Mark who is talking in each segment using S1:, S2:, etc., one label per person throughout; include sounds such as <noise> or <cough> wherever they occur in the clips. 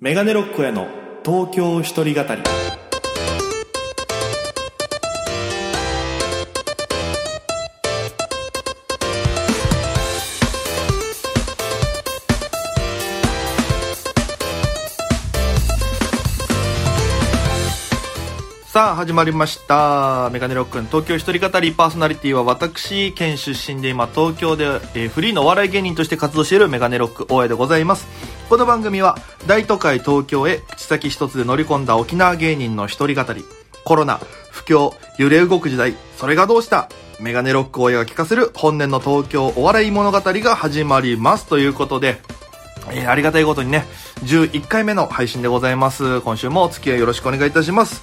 S1: メガネロックへの東京一人語りさあ始まりましたメガネロックの東京一人語りパーソナリティは私県出身で今東京で、えーフリーのお笑い芸人として活動しているメガネロック大江でございますこの番組は大都会東京へ口先一つで乗り込んだ沖縄芸人の一人語りコロナ不況揺れ動く時代それがどうしたメガネロック大江が聞かせる本年の東京お笑い物語が始まりますということでえーありがたいことにね、11回目の配信でございます。今週もお付き合いよろしくお願いいたします。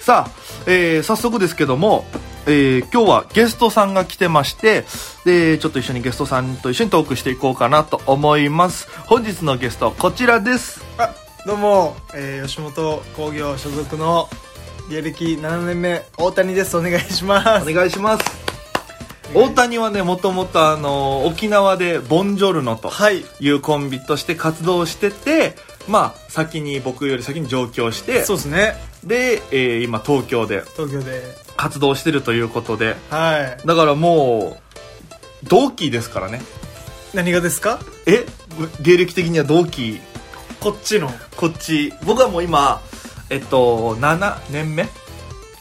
S1: さあ、えー早速ですけども、えー今日はゲストさんが来てまして、で、ちょっと一緒にゲストさんと一緒にトークしていこうかなと思います。本日のゲスト、こちらです。
S2: あどうも、えー吉本興業所属の芸歴7年目大谷ですお願いしま
S1: お
S2: す
S1: 願いします。大谷はね、もともとあの、沖縄でボンジョルノと
S2: はい
S1: いうコンビとして活動してて、まあ、先に僕より先に上京して、
S2: そうですね
S1: で、えー今東京で
S2: 東京で
S1: 活動してるということで
S2: は
S1: だからもう同期ですからね
S2: い何がですか
S1: え芸歴的には同期
S2: こっちの
S1: こっち僕はもう今えっと7年目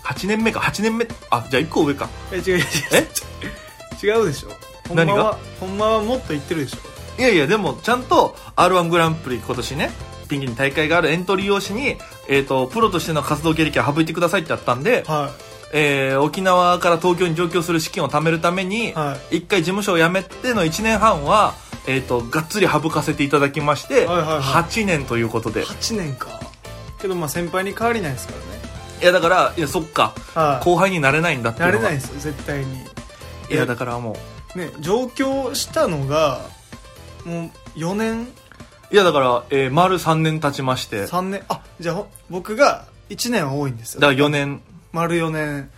S1: 8年目か8年目あじゃあ1個上か
S2: え違う違う
S1: え
S2: 違うでしょほんま
S1: 何が
S2: はほんまはもっと言ってるでしょ
S1: いやいやでもちゃんと r 1グランプリ今年ねピン芸人大会があるエントリー用紙に、えっとプロとしての活動経歴は省いてくださいってあったんで、
S2: は
S1: えー沖縄から東京に上京する資金を貯めるために、
S2: いは
S1: 一回事務所を辞めての1年半は、えー、とがっつり省かせていただきまして、
S2: はいはいはい
S1: 8年ということ
S2: い
S1: で
S2: 8年かけどまあ先輩に変わりないですからね
S1: いやだからいやそっか
S2: はい
S1: 後輩になれないんだっていう
S2: な
S1: の
S2: れ
S1: が
S2: ないですよ絶対に
S1: いやだからも
S2: ね上京したのがもう4年
S1: ういやだから、えー丸3年経ちましてだか
S2: 3年あじゃあほ僕が1年多いんですよ
S1: ら4年
S2: 丸4年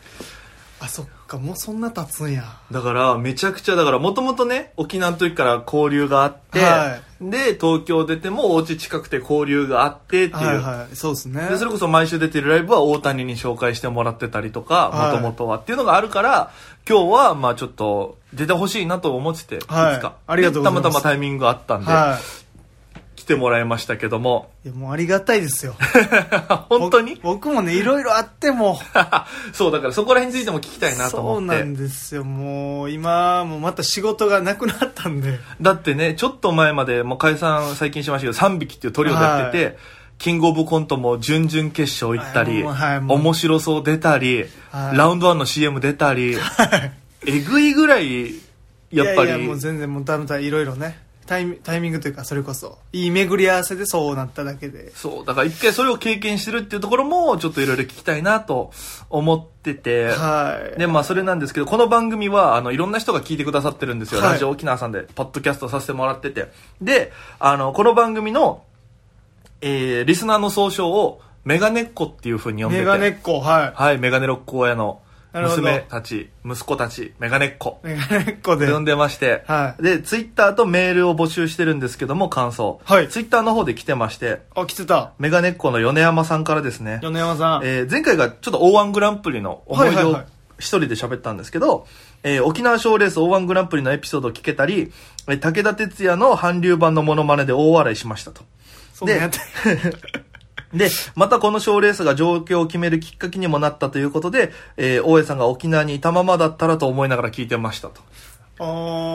S2: あそっかもうそんな経つんや
S1: だからめちゃくちゃだからもともとね沖縄の時から交流があって、
S2: は
S1: で東京出てもお家近くて交流があってっていう、
S2: はいはいそうですね
S1: でそれこそ毎週出てるライブは大谷に紹介してもらってたりとか
S2: は
S1: も
S2: い
S1: ともとはっていうのがあるから今日はまあちょっと出てほしいなと思ってて、
S2: はい
S1: つか
S2: ありがとうございます
S1: でたまたまタイミングがあったんで、
S2: は
S1: 来てもらいましたけども <laughs>
S2: いいやもうありがたいですよ
S1: 本当に <laughs>
S2: 僕僕もねいろいろあっても
S1: そうだからそこら辺についても聞きたいなと
S2: そう
S1: 思っ
S2: なん
S1: て
S2: ですよもう今もうまた仕事がなくなったんで
S1: だってねちょっと前までもう解散最近しましたけど3匹っていうトリオでやってて、キングオブコントも準々決勝行ったり、
S2: はいもうはいもう
S1: 面白そう出たり、
S2: はい
S1: ラウンドワンの CM 出たり、えぐいぐらいやっぱり
S2: いやいやもう全然もうだめだいろいろねタイミタイミングというかそれこそいい巡り合わせでそうなっただけで
S1: そう、だから一回それを経験してるっていうところも、ちょっといろいろ聞きたいなと思ってて、
S2: はい
S1: で、まあそれなんですけど、この番組は、あの、いろんな人が聞いてくださってるんですよ。
S2: はい
S1: ラジオ沖縄さんで、ポッドキャストさせてもらってて。で、あの、この番組の、えー、リスナーの総称を、メガネっ子っていう風に呼んで
S2: メ
S1: て。
S2: ガネっ子は
S1: はい、メガネロック親の、
S2: なるほど
S1: 娘たち、息子たち、メガネっ子。
S2: いメガネっ子で
S1: 呼んでまして、
S2: はい
S1: で、ツイッターとメールを募集してるんですけども、感想。
S2: はい
S1: ツイッターの方で来てまして、
S2: あ来てた
S1: メガネっ子の米山さんからですね、
S2: 米山さん
S1: えー前回がちょっと O1 グランプリの思い出
S2: はいは
S1: を
S2: いはい
S1: 一人で喋ったんですけど、えー沖縄賞レース O1 グランプリのエピソードを聞けたり、えー武田鉄矢の韓流版のモノマネで大笑いしましたと。
S2: そんなんやって
S1: で、またこの賞レースが状況を決めるきっかけにもなったということで、えー大江さんが沖縄にいたままだったらと思いながら聞いてましたと。
S2: あ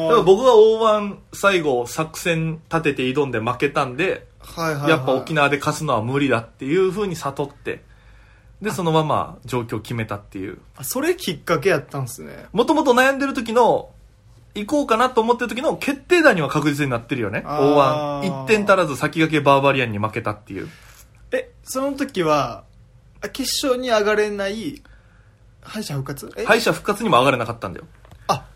S1: だから
S2: ー
S1: 僕は O1 最後作戦立てて挑んで負けたんで、
S2: はいはいはい、
S1: やっぱ沖縄で勝つのは無理だっていう風に悟って、で、そのまま状況を決めたっていう。
S2: あそれきっかけやったんですね
S1: もともと悩んでる時の、行こうかなと思ってる時の決定打には確実になってるよね。
S2: あ
S1: 大
S2: ー
S1: 1点足らず先駆けバーバリアンに負けたっていう。
S2: えその時はあ決勝に上がれない敗者復活え、
S1: 敗者復活にも上がれなかったんだよ。
S2: あ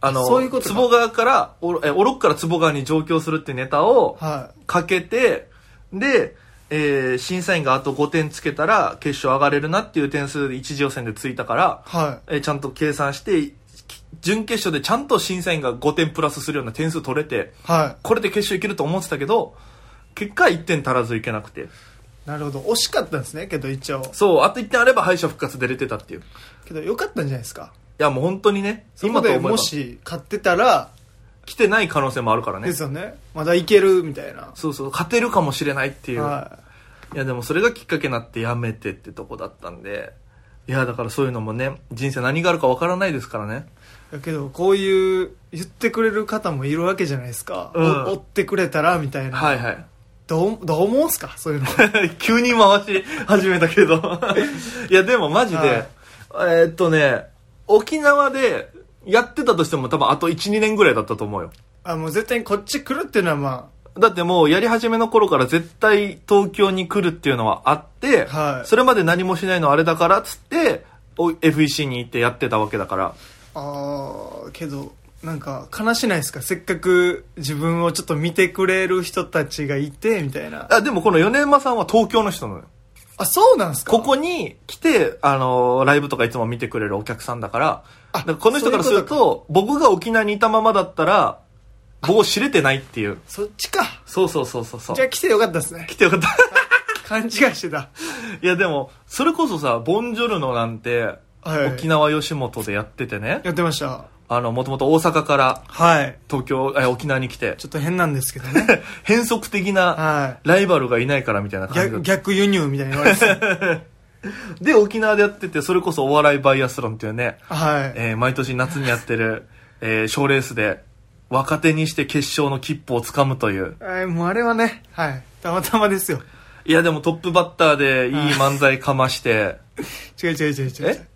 S1: あの、
S2: そういうことか
S1: 壺川から、おろえ、おろっから壺川に上京するってネタを
S2: はい
S1: かけて、で、えー審査員があと5点つけたら決勝上がれるなっていう点数で一次予選でついたから、
S2: は
S1: えーちゃんと計算して、き準決勝でちゃんと審査員が5点プラスするような点数取れて、
S2: いは
S1: これで決勝いけると思ってたけど、結果1点足らずいけなくて
S2: なるほど惜しかったんですねけど一応
S1: そうあと1点あれば敗者復活で出てたっていうい
S2: けど良かったんじゃないですか
S1: やもう本当にね
S2: そ
S1: 今
S2: ことで
S1: 思えば
S2: もし勝ってたら
S1: 来てない可能性もあるからね
S2: ですよねまだいけるみたいな
S1: そうそう勝てるかもしれないっていう、
S2: はい
S1: やでもそれがきっかけになってやめてってとこだったんでいやだからそういうのもね人生何があるかわからないですからね
S2: いだけどこういう言ってくれる方もいるわけじゃないですか、
S1: うん
S2: お追ってくれたらみたいな、
S1: はいはい <laughs>
S2: どうどう思うんすかそういうの
S1: 急に回し始めたけど <laughs> いやでもマジで、
S2: はい
S1: えーっとね沖縄でやってたとしても多分あと12年ぐらいだったと思うよ
S2: あもう絶対にこっち来るっていうのはま
S1: だってもうやり始めの頃から絶対東京に来るっていうのはあって、
S2: はい
S1: それまで何もしないのあれだからっつってお FEC に行ってやってたわけだから
S2: ああーけどなんか悲しないですかせっかく自分をちょっと見てくれる人たちがいてみたいな
S1: あでもこの米山さんは東京の人なのよ
S2: あそうなんですか
S1: ここに来て、あのーライブとかいつも見てくれるお客さんだから、
S2: あ
S1: だからこの人からすると、
S2: そう
S1: 僕が沖縄にいたままだったら、僕を知れてないっていう。
S2: そっちか
S1: そうそうそうそうそう
S2: じゃ。あ来てよかったですね
S1: 来てよかった。 <laughs>
S2: 勘違いしてた、
S1: いやでも、それこそさ、ボンジョルノなんて、
S2: はい、
S1: 沖縄吉本でやっててね、
S2: やってました
S1: あの、もともと大阪から
S2: はい
S1: 東京、え沖縄に来て、 <laughs>
S2: ちょっと変なんですけどね
S1: 変則的 <laughs> な
S2: は
S1: ライバルがいないからみたいない感じだ
S2: 逆
S1: った
S2: 逆輸入みたいな言われてた
S1: で、沖縄でやってて、それこそお笑いバイアスロンっていうね、 <laughs>
S2: はい
S1: えー毎年夏にやってる、えー、賞レースで、若手にして決勝の切符をつかむという。
S2: えーもうあれはねはいたまたまですよ
S1: いや、でもトップバッターでいい漫才かまして、
S2: 違う違う違う違う違う
S1: え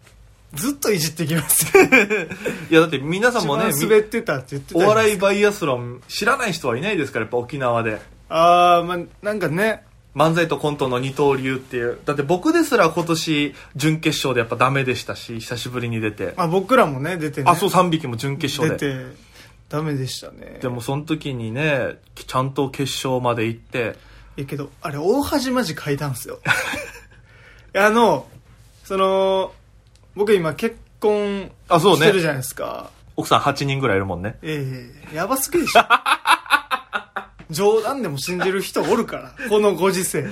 S2: ずっといじってきます
S1: いや、だって皆さん
S2: 一
S1: もね
S2: 番、滑ってたって言ってた
S1: みお笑
S2: い
S1: いバイアスロン知らない人はいないですから、やっぱ沖縄で。
S2: ああまあなんかね
S1: 漫才とコントの二刀流っていう。だって僕ですら今年、準決勝でやっぱダメでしたし、久しぶりに出て。
S2: まあ僕らもね出てね
S1: あ、そう、3匹も準決勝
S2: 出
S1: で。
S2: てダメでしたね
S1: でもその時にね、ちゃんと決勝まで行って、
S2: いやけどあれ大恥マジ書いたんすよ <laughs> いやあのその僕今結婚
S1: あそう
S2: し
S1: ね
S2: てるじゃないですか
S1: 奥さん8人ぐらいいるもんね。
S2: ええやばすぎでし
S1: <laughs>
S2: ょ冗談でも信じる人おるからこのご時世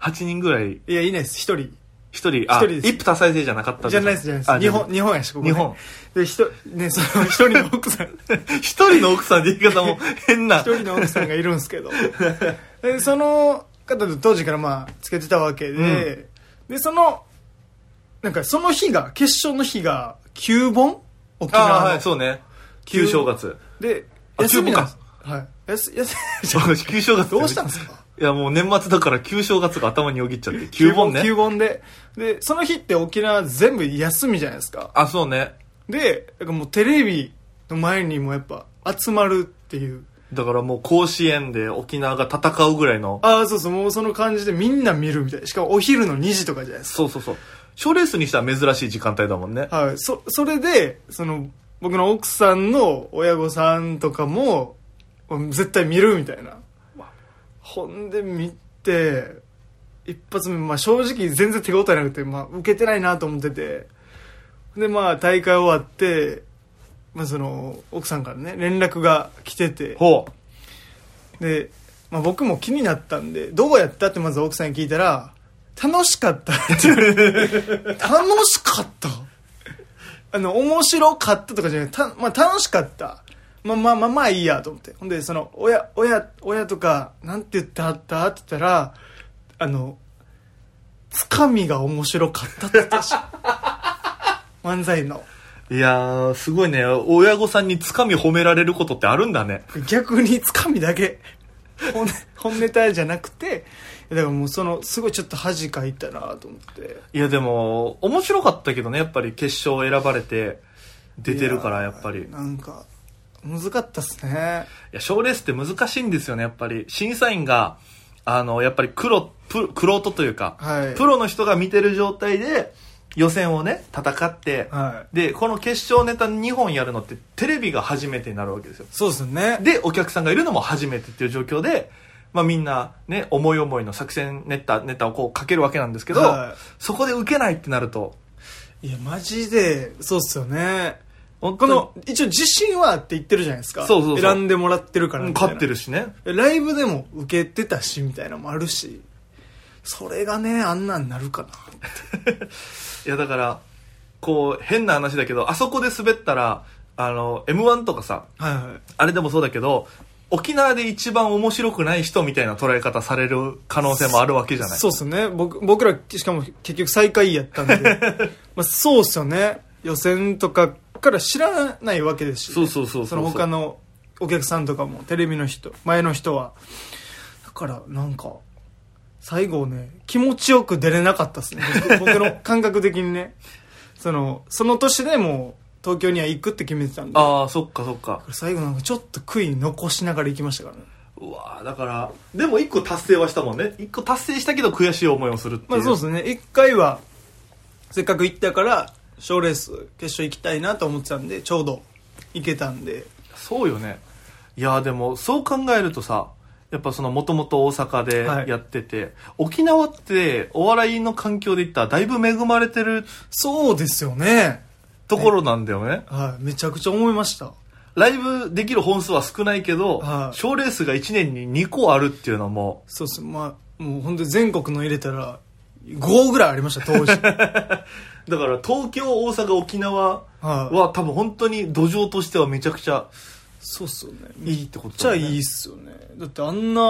S1: 8人ぐらい
S2: いやいないです一人
S1: 一人、あ、
S2: 一人です
S1: 一夫多妻制じゃなかった
S2: じゃないですじゃないです
S1: あ
S2: 日本。日本やしここ、ね、
S1: 日本
S2: でひとねその一人の奥さん
S1: 一人の奥さんで言い方も変な。
S2: 一人の奥さんがいるんですけどでその方と当時からまあつけてたわけで、でそのなんかその日が決勝の日が旧盆沖縄
S1: あ
S2: の
S1: あ、はい、そうね。旧正
S2: <laughs>
S1: 月。
S2: で
S1: あ
S2: 休みなんです
S1: 旧
S2: はいやすやす
S1: 旧正月。
S2: <laughs> どうしたんですか
S1: いや、もう年末だから旧正月が頭によぎっちゃって。旧本ね
S2: 旧。盆ででその日って沖縄全部休みじゃないですか
S1: あ、そうね。
S2: でなんかもうテレビの前にもやっぱ集まるっていう
S1: だからもう甲子園で沖縄が戦うぐらいの。
S2: ああそうそうもうその感じでみんな見るみたいしかもお昼の2時とかじゃないですか
S1: そうそうそう。賞レースにしては珍しい時間帯だもんね。
S2: はい、そそれでその僕の奥さんの親御さんとかもうん絶対見るみたいなほんで見て一発目、まあ、正直全然手応えなくて、まあ、受けてないなと思っててでまあ大会終わって、まあ、その奥さんからね連絡が来てて
S1: ほう。
S2: で、まあ、僕も気になったんで「どうやった?」ってまず奥さんに聞いたら「楽しかった」って言われて楽しかったあの面白かったとかじゃないた、まあ、楽しかったまあまあまあまあいいやと思ってほんでその親親親とか「なんて言ってはった?」って言ったらあのつかみが面白かったって言ってました漫才の
S1: いやー、すごいね。親御さんにつかみ褒められることってあるんだね。
S2: 逆につかみだけ本本ネタじゃなくてだからもうそのすごいちょっと恥かいたなと思って
S1: いや、でも、面白かったけどね。やっぱり決勝選ばれて出てるから、
S2: い
S1: や
S2: ー
S1: っぱり。
S2: なんか難かったっすね
S1: いや、賞レースって難しいんですよね、やっぱり。審査員が、あの、やっぱり黒、プロ、黒とというか、
S2: はい
S1: プロの人が見てる状態で、予選をね、戦って、
S2: はい
S1: で、この決勝ネタ2本やるのって、テレビが初めてになるわけですよ。
S2: そうですね
S1: で、お客さんがいるのも初めてっていう状況で、まあみんなね、思い思いの作戦ネタ、ネタをこうかけるわけなんですけど、
S2: は
S1: そこで受けないってなると、
S2: いやマジでそうっすよね
S1: こ
S2: この、一応自信はあって言ってるじゃないですか。
S1: そうそうそう
S2: 選んでもらってるからみたいな。
S1: 勝ってるしね
S2: ライブでも受けてたし、みたいなのもあるし、それがね、あんなんなるかな。
S1: いやだからこう変な話だけどあそこで滑ったらあの m 1とかさ
S2: はいはい。
S1: あれでもそうだけど沖縄で一番面白くない人みたいな捉え方される可能性もあるわけじゃない
S2: そうっすね。僕、僕ら、しかも結局最下位やったんで。
S1: <laughs>
S2: まあそうっすよね。予選とかから知らないわけですし、
S1: そうそうそうそう
S2: その他のお客さんとかも、テレビの人、前の人は。だから、なんか、最後ね、気持ちよく出れなかったっすね。僕僕の感覚的にね。 <laughs> その、その年でもう東京には行くって決めてたんで。
S1: ああそっかそっか
S2: 最後なんかちょっと悔い残しながら行きましたからね。
S1: うわーだからでも一個達成はしたもんね一個達成したけど悔しい思いをするっていう
S2: まあそうですね一回はせっかく行ったから賞レース決勝行きたいなと思ってたんでちょうど行けたんで
S1: そうよねいやーでもそう考えるとさやっぱそのもともと大阪
S2: はい
S1: でやってて、沖縄ってお笑いの環境でいったらだいぶ恵まれてる
S2: そうですよね
S1: ところなんだよね、
S2: はいめちゃくちゃ思いました
S1: ライブできる本数は少ないけど
S2: はい
S1: 賞、レースが1年に2個あるっていうのも
S2: そうですまあもう本当に全国の入れたら5ぐらいありました
S1: <laughs>
S2: 当時
S1: だから東京大阪沖縄
S2: はい
S1: は多分本当に土壌としてはめちゃくちゃ
S2: そうっすよね
S1: い
S2: めっ
S1: いってこと
S2: ちゃ
S1: だよね
S2: いいっすよねだってあんな、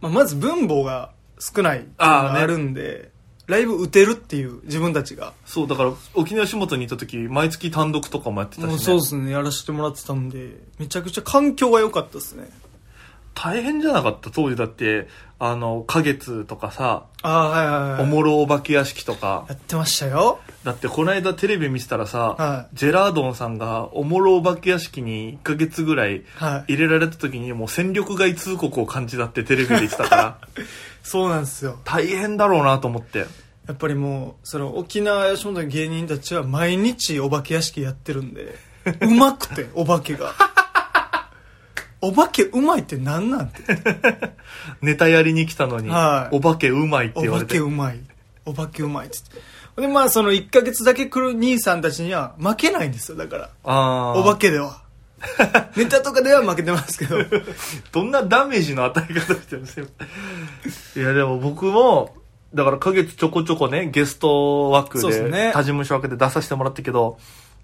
S2: まあ、まず分母が少ないっていうの
S1: あー
S2: が
S1: ね
S2: あるんで、ライブ打てるっていう自分たちが
S1: そうだから沖縄下本にいた時毎月単独とかもやってたし、ね
S2: もうそうですねやらせてもらってたんでめちゃくちゃ環境が良かったですね
S1: 大変じゃなかった当時だってあの「花月」とかさ
S2: ああはい
S1: 「
S2: はい、
S1: お
S2: はい、
S1: もろお化け屋敷」とか
S2: やってましたよ
S1: だってこの間テレビ見てたらさ、
S2: はい
S1: ジェラードンさんが「おもろお化け屋敷」に1ヶ月ぐらい
S2: はい
S1: 入れられた時にもう戦力外通告を感じたってテレビで言ってたから
S2: <laughs> そうなんですよ
S1: 大変だろうなと思って
S2: やっぱりもうその沖縄吉本の芸人たちは毎日お化け屋敷やってる
S1: <laughs>
S2: んでうまくてお化けが <laughs> お化けうまいってなんなんて
S1: ネタやりに来たのに、
S2: はい
S1: お化けうまいって
S2: お
S1: 言わ
S2: 化
S1: れ
S2: け
S1: て
S2: うまいお化けうまいっつってでまあその1ヶ月だけ来る兄さんたちには負けないんですよだから
S1: あー
S2: お化けで
S1: <laughs>
S2: はネタとかでは負けてますけど
S1: どんなダメージの与え方してるんですよ。 <laughs> いや、でも僕も、だから、か月ちょこちょこね、ゲスト枠
S2: そうっす
S1: で、
S2: ね
S1: 他事務所枠で出させてもらったけど、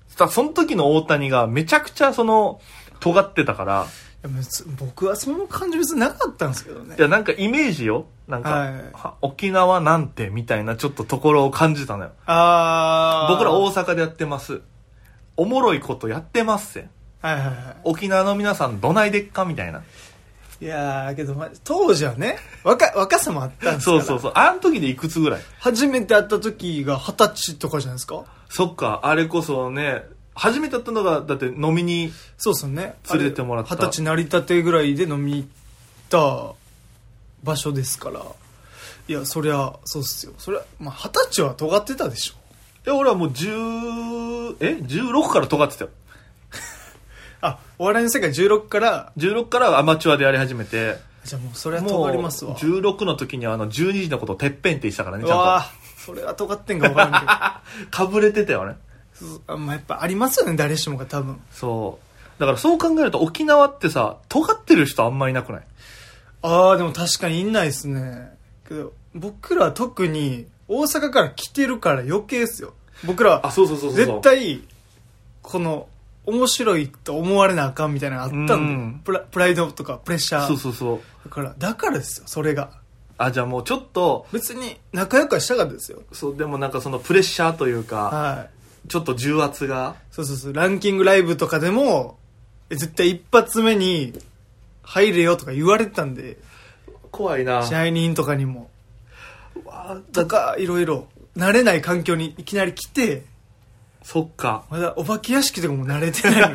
S1: さその時の大谷がめちゃくちゃその、尖ってたから、
S2: いや別に僕はその感じ別になかったんですけどね
S1: いや、なんかイメージよ。なんか、
S2: はい
S1: は沖縄なんてみたいなちょっとところを感じたのよ。
S2: ああ
S1: 僕ら大阪でやってます。おもろいことやってますせん。
S2: はいはいは
S1: 沖縄の皆さんどないでっかみたいな。
S2: いいやーけど、まあ、当時はね <laughs> 若若さもあったんですか
S1: そ
S2: ら
S1: うそうそう。あの時でいくつぐらい
S2: 初めて会った時が二十歳とかじゃないですか
S1: そっか、あれこそね、初めてやったのが、だって飲みに、
S2: そうっすよね
S1: 連れてってもらった
S2: あれ二十歳なりたてぐらいで飲みに行った場所ですからいやそりゃそうっすよそりゃまあ二十歳は尖ってたでしょ
S1: え、俺はもう10、え ?16 から尖ってたよ。
S2: あお笑いの世界16から
S1: 16からアマチュアでやり始めて、
S2: じゃあもうそれは
S1: もう
S2: 尖りますわ
S1: 16の時にはあの12時のことをてっぺんって言ってたからね、
S2: う
S1: ちゃ
S2: わ
S1: ん
S2: あそれは尖ってんか分からんけど
S1: と。かぶれてたよね。
S2: <laughs> そうあまあ、やっぱありますよね誰しもが多分
S1: そう。だからそう考えると沖縄ってさ、尖ってる人あんまいなくない
S2: ああでも確かにいんないですねけど僕らは特に大阪から来てるから余計ですよ僕らは
S1: そうそうそ
S2: 絶対この面白いと思われなあかんみたいなのがあった
S1: うん
S2: んでプラプライドとかプレッシャー
S1: そうそうそう。
S2: だからだからですよそれが
S1: あ、じゃあもうちょっと、
S2: 別に仲良くはしたかったですよ
S1: そう、でもなんかそのプレッシャーというか、
S2: はい
S1: ちょっと重圧が。
S2: そうそうそうランキングライブとかでもえ絶対一発目に入れよとか言われてたんで
S1: 怖いな
S2: 支配人とかにも
S1: うわー
S2: とかいろいろ慣れない環境にいきなり来て
S1: そっか。
S2: まだお化け屋敷とかも慣れてない <laughs> の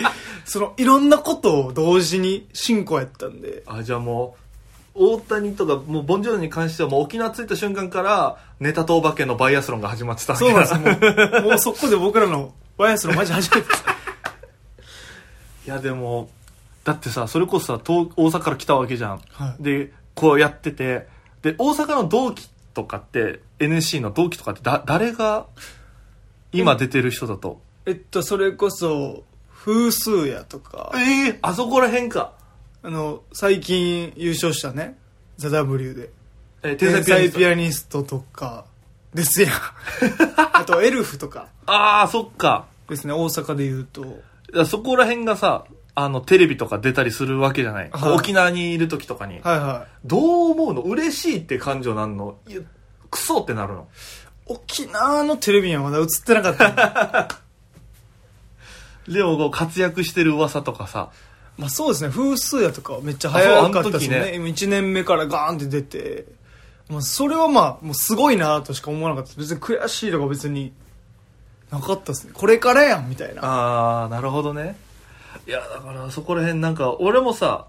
S2: にそのいろんなことを同時に進行やったんで
S1: あじゃあもう大谷とかもうボンジョルに関してはもう沖縄着いた瞬間からネタとお化けのバイアスロンが始まってたわけ
S2: そう
S1: だ
S2: なんですよもうもうそこで僕らのワイヤスロンマジ初 <laughs> めてです
S1: <laughs> いやでもだってさそれこそさ東大阪から来たわけじゃん、
S2: はい
S1: でこうやっててで大阪の同期とかって NSC の同期とかってだ誰が今出てる人だと
S2: えっとそれこそ風数やとか、
S1: ええあそこら辺か。
S2: あの、最近優勝したね、ザ・ W で。
S1: えー、
S2: 天
S1: 天
S2: 才
S1: 才
S2: ピ
S1: ピアニス
S2: アニストとか、です <laughs> やん。あと、エルフとか
S1: ト。ああ、そっか。
S2: ですね、大阪で言うと。
S1: だからそこら辺がさ、あの、テレビとか出たりするわけじゃない。
S2: はい
S1: 沖縄にいる時とかに。
S2: はいはい。
S1: どう思うの嬉しいって感情なんのいやクソってなるの
S2: 沖縄のテレビにはまだ映ってなか <laughs> った。
S1: でも、活躍してる噂とかさ。
S2: まあそうですね、風数やとかはめっちゃ早かったです
S1: あそうあの時
S2: ね。
S1: ね
S2: 今1年目からガーンって出て。まあそれはまあ、もうすごいなとしか思わなかったです。別に悔しいとか別になかったですね。これからやんみたいな。
S1: ああ、なるほどね。いや、だからそこら辺なんか、俺もさ、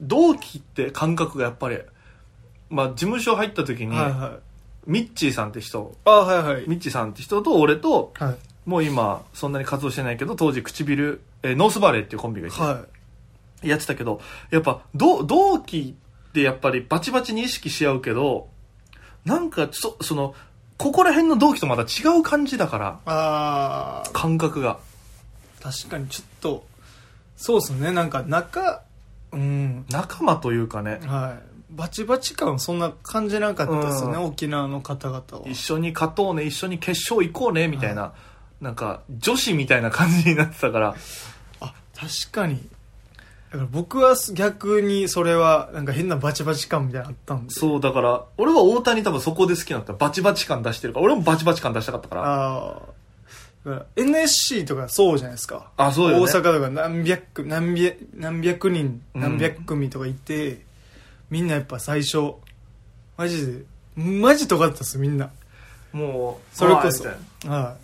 S1: 同期って感覚がやっぱり、まあ、事務所入った時に、
S2: はいはい。
S1: ミッチーさんって人、
S2: あはいはい。
S1: ミッチーさんって人と俺と、
S2: はい。
S1: もう今、そんなに活動してないけど、当時唇、えーノースバレーっていうコンビがいて、
S2: は
S1: やってたけど、やっぱ、同同期ってやっぱりバチバチに意識し合うけど、なんか、そ、その、ここら辺の同期とまた違う感じだから、
S2: い。ああ、
S1: 感覚が。
S2: 確かにちょっと、そうですね、なんか中、うん、
S1: 仲間というかね、
S2: はい。バチバチ感はそんな感じなかったですね、
S1: う
S2: 沖縄の方々は。
S1: 一緒に勝とうね、一緒に決勝行こうね、みたいな、なんか、女子みたいな感じになってたから、
S2: あ、確かに。だから僕は逆にそれは、なんか変なバチバチ感みたいなのあったんです
S1: そう、だから、俺は大谷多分そこで好きになった。バチバチ感出してるから、俺もバチバチ感出したかったから。
S2: ああ。だから NSC とかそうじゃないですか。
S1: あそうよね
S2: 大阪とか何百、何百、何百人、
S1: うん
S2: 何百組とかいて、みんなやっぱ最初、マジで、マジ尖ったっす、みんな。
S1: もう、
S2: それこそ
S1: おいみたいな
S2: はい。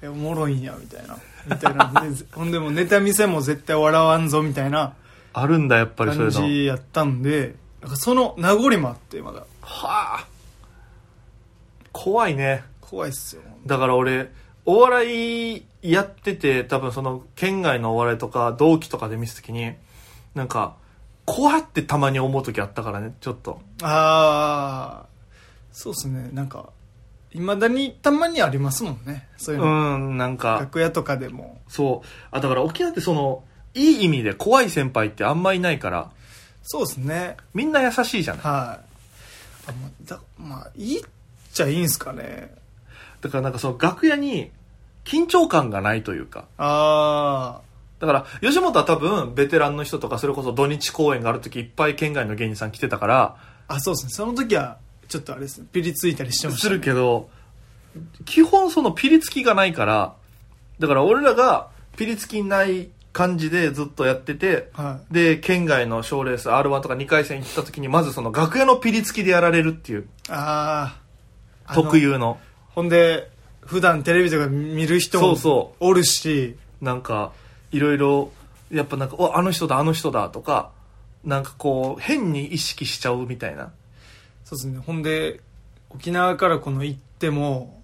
S2: えおもろいんや、みたいな。みたいなんで、 <laughs> ほんでもうネタ見せも絶対笑わんぞ、みたいな
S1: あるんだ、やっぱりそう
S2: 感
S1: いうの。
S2: じやったんで、なんかその名残もあって、まだ。
S1: はあ。怖いね。
S2: 怖いっすよ。
S1: だから俺、お笑いやってて、多分その、県外のお笑いとか、同期とかで見せたときに、なんか、怖ってたまに思う時あったからね、ちょっと。
S2: ああ、そうっすね。なんか、いまだにたまにありますもんね。そういううの。
S1: ん、なんか、
S2: 楽屋とかでも。
S1: そう。あ、だから沖縄ってその、いい意味で怖い先輩ってあんまいないから、
S2: そうっすね。
S1: みんな優しいじゃない。
S2: はい。あまあだまあ、いいっちゃいいんすかね。
S1: だからなんかその楽屋に緊張感がないというか。
S2: あ
S1: だから、吉本は多分、ベテランの人とか、それこそ土日公演がある時いっぱい県外の芸人さん来てたから、
S2: あ、あ、そうっすね。その時は、ちょっとあれですね。ピリついたりしてまし
S1: す
S2: た、ね。
S1: るけど、基本そのピリつきがないから、だから俺らがピリつきない感じでずっとやってて、
S2: は
S1: で、県外の賞レース R1 とか2回戦行った時に、まずその楽屋のピリつきでやられるっていう、
S2: い。ああ。
S1: 特有の、
S2: ほんで、普段テレビとか見る人
S1: そう
S2: も
S1: そ
S2: おるし、
S1: なんか、いろいろ、やっぱなんか、お、あの人だ、あの人だとか、なんかこう、変に意識しちゃうみたいな。
S2: そうですね。ほんで、沖縄からこの行っても、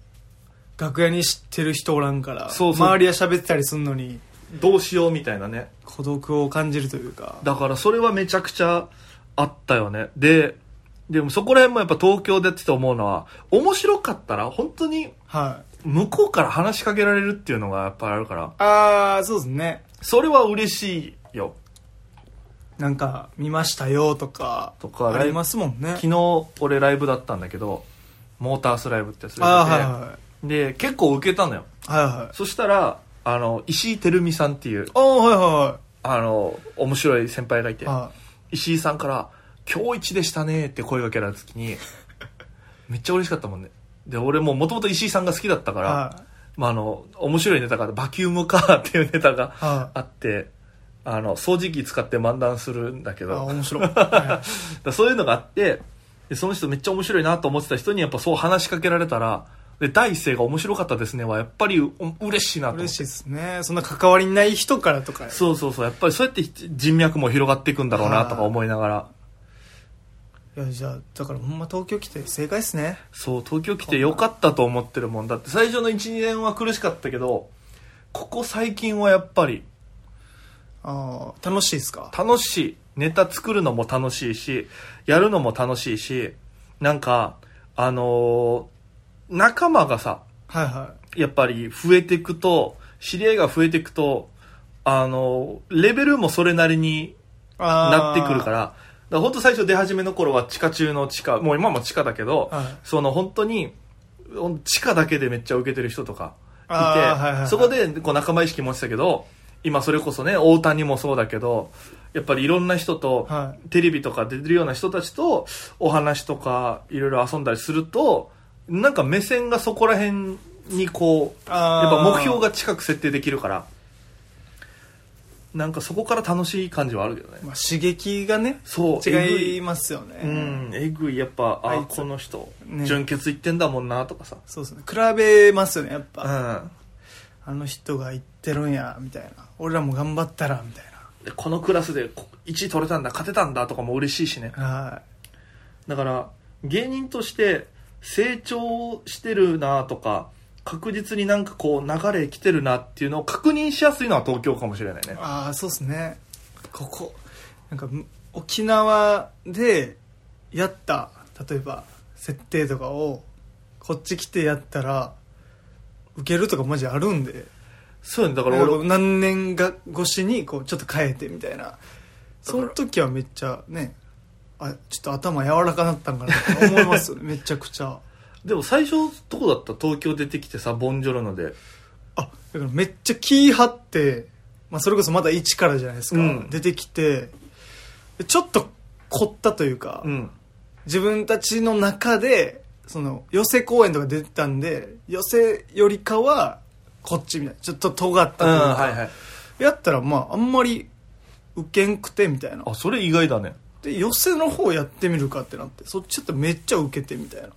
S2: 楽屋に知ってる人おらんから、
S1: そうそう
S2: 周りは喋ってたりすんのに、
S1: どうしようみたいなね。
S2: 孤独を感じるというか。
S1: だからそれはめちゃくちゃあったよね。で、でもそこら辺もやっぱ東京でやってて思うのは、面白かったら本当に
S2: はい。
S1: 向こうから話しかけられるっていうのがやっぱりあるから、
S2: ああ、そうですね。
S1: それは嬉しいよ。
S2: なんか、見ましたよとか、
S1: とか
S2: ありますもんね。
S1: 昨日俺ライブだったんだけど、モータースライブってやつで
S2: ああ、はいは
S1: で、結構受けたのよ。
S2: い。はいはい。
S1: そしたら、あの、石井てるみさんっていう、
S2: ああ、はいは
S1: あの、面白い先輩がいて
S2: いはい。、はい
S1: 石井さんから「今日一でしたね」って声がけられた時
S2: <laughs>
S1: にめっちゃ嬉しかったもんねで俺ももともと石井さんが好きだったから、
S2: は
S1: まあ、あの面白いネタがあってバキュームカーっていうネタが
S2: い。は
S1: あってあの掃除機使って漫談するんだけ
S2: い。ああ、
S1: ど
S2: 面白い。は
S1: だからそういうのがあってでその人めっちゃ面白いなと思ってた人にやっぱそう話しかけられたらで第一声が面白かったですねはやっぱりお嬉しいないと思っ
S2: 嬉
S1: て
S2: しいですね。そんな関わりない人からとか。
S1: そうそうそうやっぱりそうやって人脈も広がっていくんだろうなとか思いながら
S2: いや、じゃあ、だからほんま東京来て正解っすね。
S1: そう、東京来てよかったと思ってるもんだって、最初の1、2年は苦しかったけど、ここ最近はやっぱり
S2: ああ、楽しいですか
S1: 楽しい。ネタ作るのも楽しいし、やるのも楽しいし、なんか、あのー仲間がさ、
S2: はいはい。。
S1: やっぱり増えていくと、知り合いが増えていくと、あの、レベルもそれなりになってくるからら、だから本当最初出始めの頃は地下中の地下、もう今も地下だけど、
S2: はい
S1: その本当に、ほん地下だけでめっちゃ受けてる人とかいて、
S2: あーはいはいはい
S1: そこでこう仲間意識持ってたけど、今それこそね、大谷もそうだけど、やっぱりいろんな人と、
S2: は
S1: テレビとか出てるような人たちとお話とかいろいろ遊んだりすると、なんか目線がそこら辺にこう、
S2: あー
S1: やっぱ目標が近く設定できるから、なんかそこから楽しい感じはあるけどね
S2: い。。まあ、刺激がね、
S1: そう、
S2: 違い
S1: え
S2: ますよね。
S1: ぐい。うん、えぐい、やっぱ、あ
S2: あいつ
S1: この人、
S2: ね
S1: 純潔いってんだもんな、とかさ。
S2: そうですね。比べますよね、やっぱ。
S1: う
S2: あの人が言ってるんや、みたいな。俺らも頑張ったら、みたい
S1: ん。でこのクラスでこ1位取れたんだ、勝てたんだ、とかも嬉しいしね。
S2: な。は
S1: だから、芸人として成長してるな、とか、確実になんかこう流れ来てるなっていうのを確認しやすいのは東京かもしれない
S2: い。
S1: ね。
S2: ああ、そうですね。ここ、なんか、む沖縄でやった、例えば、設定とかを、こっち来てやったら、受けるとかマジあるんで。
S1: そうよね、だか
S2: だから
S1: ら
S2: 俺
S1: 俺、
S2: 何年が越しにこうちょっと変えてみたいなその時はめっちゃねあちょっと頭柔らかなったんかなと思いま
S1: <laughs>
S2: すよねめちゃくちゃ
S1: でも最初どこだった東京出てきてさ、ボンジョルノで。
S2: あだからめっちゃ気張って、まあ、それこそまだ一からじゃないですか、
S1: うん
S2: 出てきてちょっと凝ったというか、
S1: うん。
S2: 自分たちの中でその寄せ公演とか出てたんで寄せよりかはこっちみたいなちょっと尖ったと
S1: う
S2: い
S1: ん、
S2: うか、
S1: はいはい。
S2: やったらまああんまり受けんくてみたいな
S1: あ、それ意外だね。
S2: で寄せの方やってみるかってなってそっちだったらめっちゃ受けてみたいな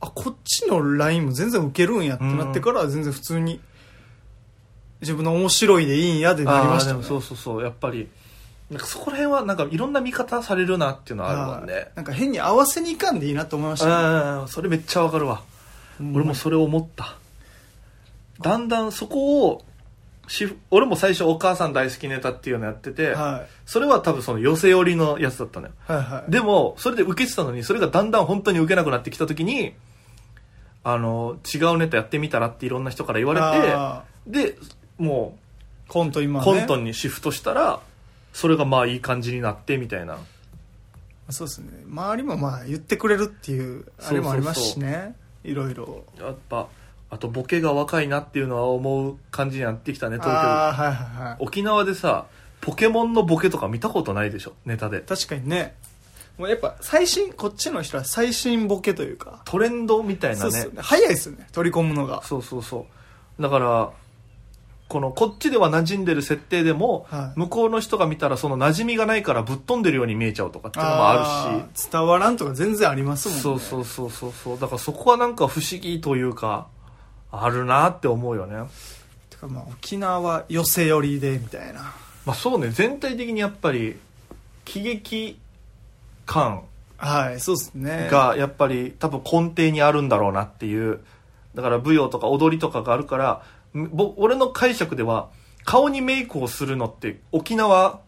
S2: あこっちのラインも全然受けるんやってなってから全然普通に自分の面白いでいいんやでなりま
S1: あー
S2: した
S1: で
S2: ね
S1: もそうそうそう、やっぱり、なんかそこら辺はなんかいろんな見方されるなっていうのはあるもん
S2: はい
S1: ね。
S2: なんか変に合わせにいかんでいいなと思いま
S1: う
S2: したね
S1: ん、それめっちゃわかるわ。
S2: うん
S1: 俺もそれを思った。だんだんそこを、し俺も最初お母さん大好きネタっていうのやってて、
S2: は
S1: それは多分その寄せ寄りのやつだったのよ。
S2: いはいはい
S1: でも、それで受けてたのに、それがだんだん本当に受けなくなってきた時に、あの、違うネタやってみたらっていろんな人から言わ
S2: あ
S1: れて、で、もう、
S2: ーコント今ね
S1: コントにシフトしたら、それがまあいい感じになってみたいな。
S2: そうですね周りもまあ言ってくれるっていうあれもありますしねいろいろ
S1: やっぱ、あとボケが若いなっていうのは思う感じになってきたね、東京。
S2: ああーはいはいはい
S1: 沖縄でさ、ポケモンのボケとか見たことないでしょ、ネタで。
S2: 確かにねもうやっぱ最新こっちの人は最新ボケというか
S1: トレンドみたい
S2: そ
S1: な
S2: うっす
S1: ね
S2: よ。ね早いですよね取り込むのが
S1: そうそうそう。だから、この、こっちでは馴染んでる設定でも、
S2: はい
S1: 向こうの人が見たらその馴染みがないからぶっ飛んでるように見えちゃうとかっていうのもあるし。
S2: し伝わらんとか全然ありますもんね
S1: そうそうそうそうそう。だからそこはなんか不思議というか、あるなって思うよね。
S2: てかまあ沖縄は寄せ寄りでみたいな
S1: まあそうね、全体的にやっぱり、喜劇感
S2: はいそうですね
S1: がやっぱり多分根底にあるんだろうなっていう。だから舞踊とか踊りとかがあるから、ぼ俺の解釈では、顔にメイクをするのって沖縄
S2: あ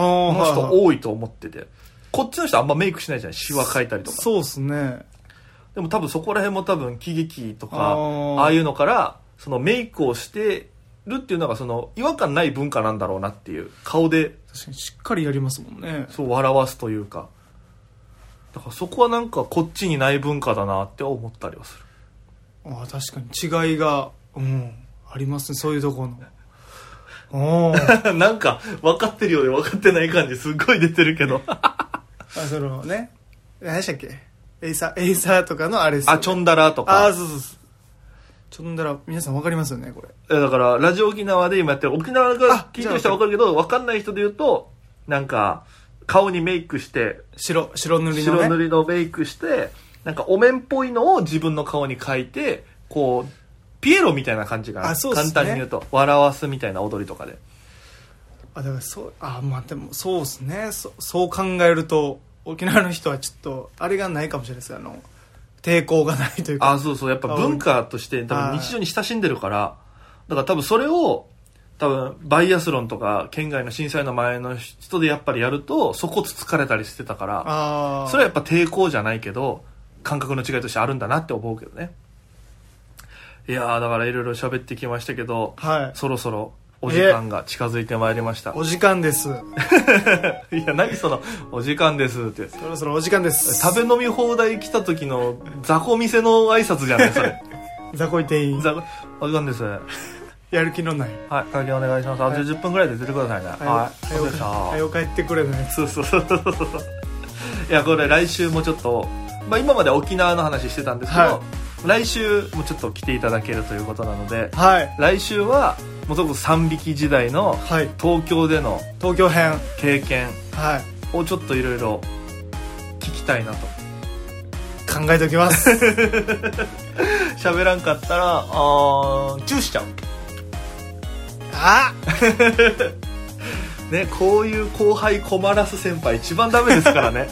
S2: ー
S1: の人
S2: はいはい
S1: 多いと思ってて、こっちの人あんまメイクしないじゃないシワ描いたりとか。
S2: そうですね
S1: でも多分そこら辺も多分喜劇とか
S2: あー
S1: ああいうのからそのメイクをしてるっていうのがその違和感ない文化なんだろうなっていう顔で
S2: 確かにしっかりやりますもんね
S1: そう笑わすというかだからそこはなんかこっちにない文化だなって思ったりはする
S2: ああ確かに違いがうんありますねそういうところの
S1: <laughs>
S2: おー
S1: なんか分かってるようで分かってない感じすっごい出てるけど
S2: あそのね何でしたっけエイサーエイサーとかのあれですよ
S1: <laughs> あ
S2: ね
S1: ちょんだらと
S2: ああ
S1: か
S2: そうそうそうちょんだら皆さんわかりますよねこれ
S1: えだからラジオ沖縄で今やってる沖縄が
S2: あ
S1: 聞いてる人は分かるけど分かんない人で言うとなんか顔にメイクして
S2: 白白塗りのね
S1: 白塗りのメイクしてなんかお面っぽいのを自分の顔に描いてこうピエロみたいな感じかな、
S2: あそうっすね
S1: 簡単に言うと笑わすみたいな踊りとかで
S2: あだからそうあまあでもそうですねそそう考えると沖縄の人はちょっとあれがないかもしれないですあの抵抗がないというか
S1: あそうそうやっぱ文化として多分日常に親しんでるからだから多分それを多分バイアスロンとか県外の震災の前の人でやっぱりやるとそこつつかれたりしてたから
S2: ああ
S1: それはやっぱ抵抗じゃないけど感覚の違いとしてあるんだなって思うけどねいやーだからいろいろ喋ってきましたけど
S2: はい
S1: そろそろお時間が近づいてまいりました。
S2: お時間です。
S1: いや、何その、お時間ですって。
S2: そろそろお時間です。
S1: 食べ飲み放題来た時の雑魚店の挨拶じゃないそ
S2: <laughs>
S1: れ。
S2: 雑魚い店員。
S1: 雑魚、お時間です。は
S2: やる気のない。
S1: い、会見お願いします。あと
S2: はい
S1: 10分ぐらいで出てくださいね。はい、そうでした。
S2: はよ帰ってくれのやつ。
S1: そうそうそうそうそうそうい <laughs> やこれ来週もちょっと、まあ、今まで沖縄の話してたんですけど、
S2: は
S1: 来週もちょっと来ていただけるということなので
S2: はい。
S1: 来週はもうそれこそ3匹時代の
S2: はい。
S1: 東京での
S2: 東京編。
S1: 経験
S2: はい。
S1: をちょっといろいろ聞きたいなと
S2: 考えてお
S1: <laughs>
S2: きます。
S1: 喋らんかったらあーチューしちゃう
S2: あ
S1: ねこういう後輩困らす先輩一番ダメですからね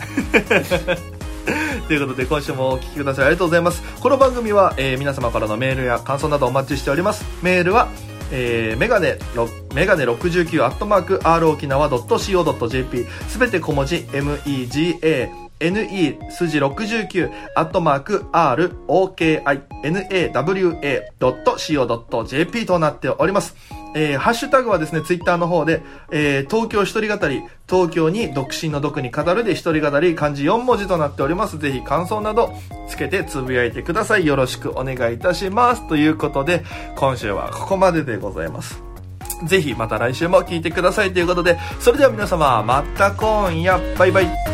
S1: ということで今週もお聞きくださいありがとうございますこの番組は、えー皆様からのメールや感想などお待ちしておりますメールは、えー、メガネろメガネ69アットマーク r 沖縄 .co.jp すべて小文字 MEGA NE 筋69アットマーク ROKINAWA.co.jp となっております。えーハッシュタグはですね、ツイッターの方で、えー東京一人語り、東京に独身の毒に語るで一人語り、漢字4文字となっております。ぜひ感想などつけてつぶやいてください。よろしくお願いいたします。ということで、今週はここまででございます。ぜひまた来週も聞いてくださいということで、それでは皆様、また今夜、バイバイ。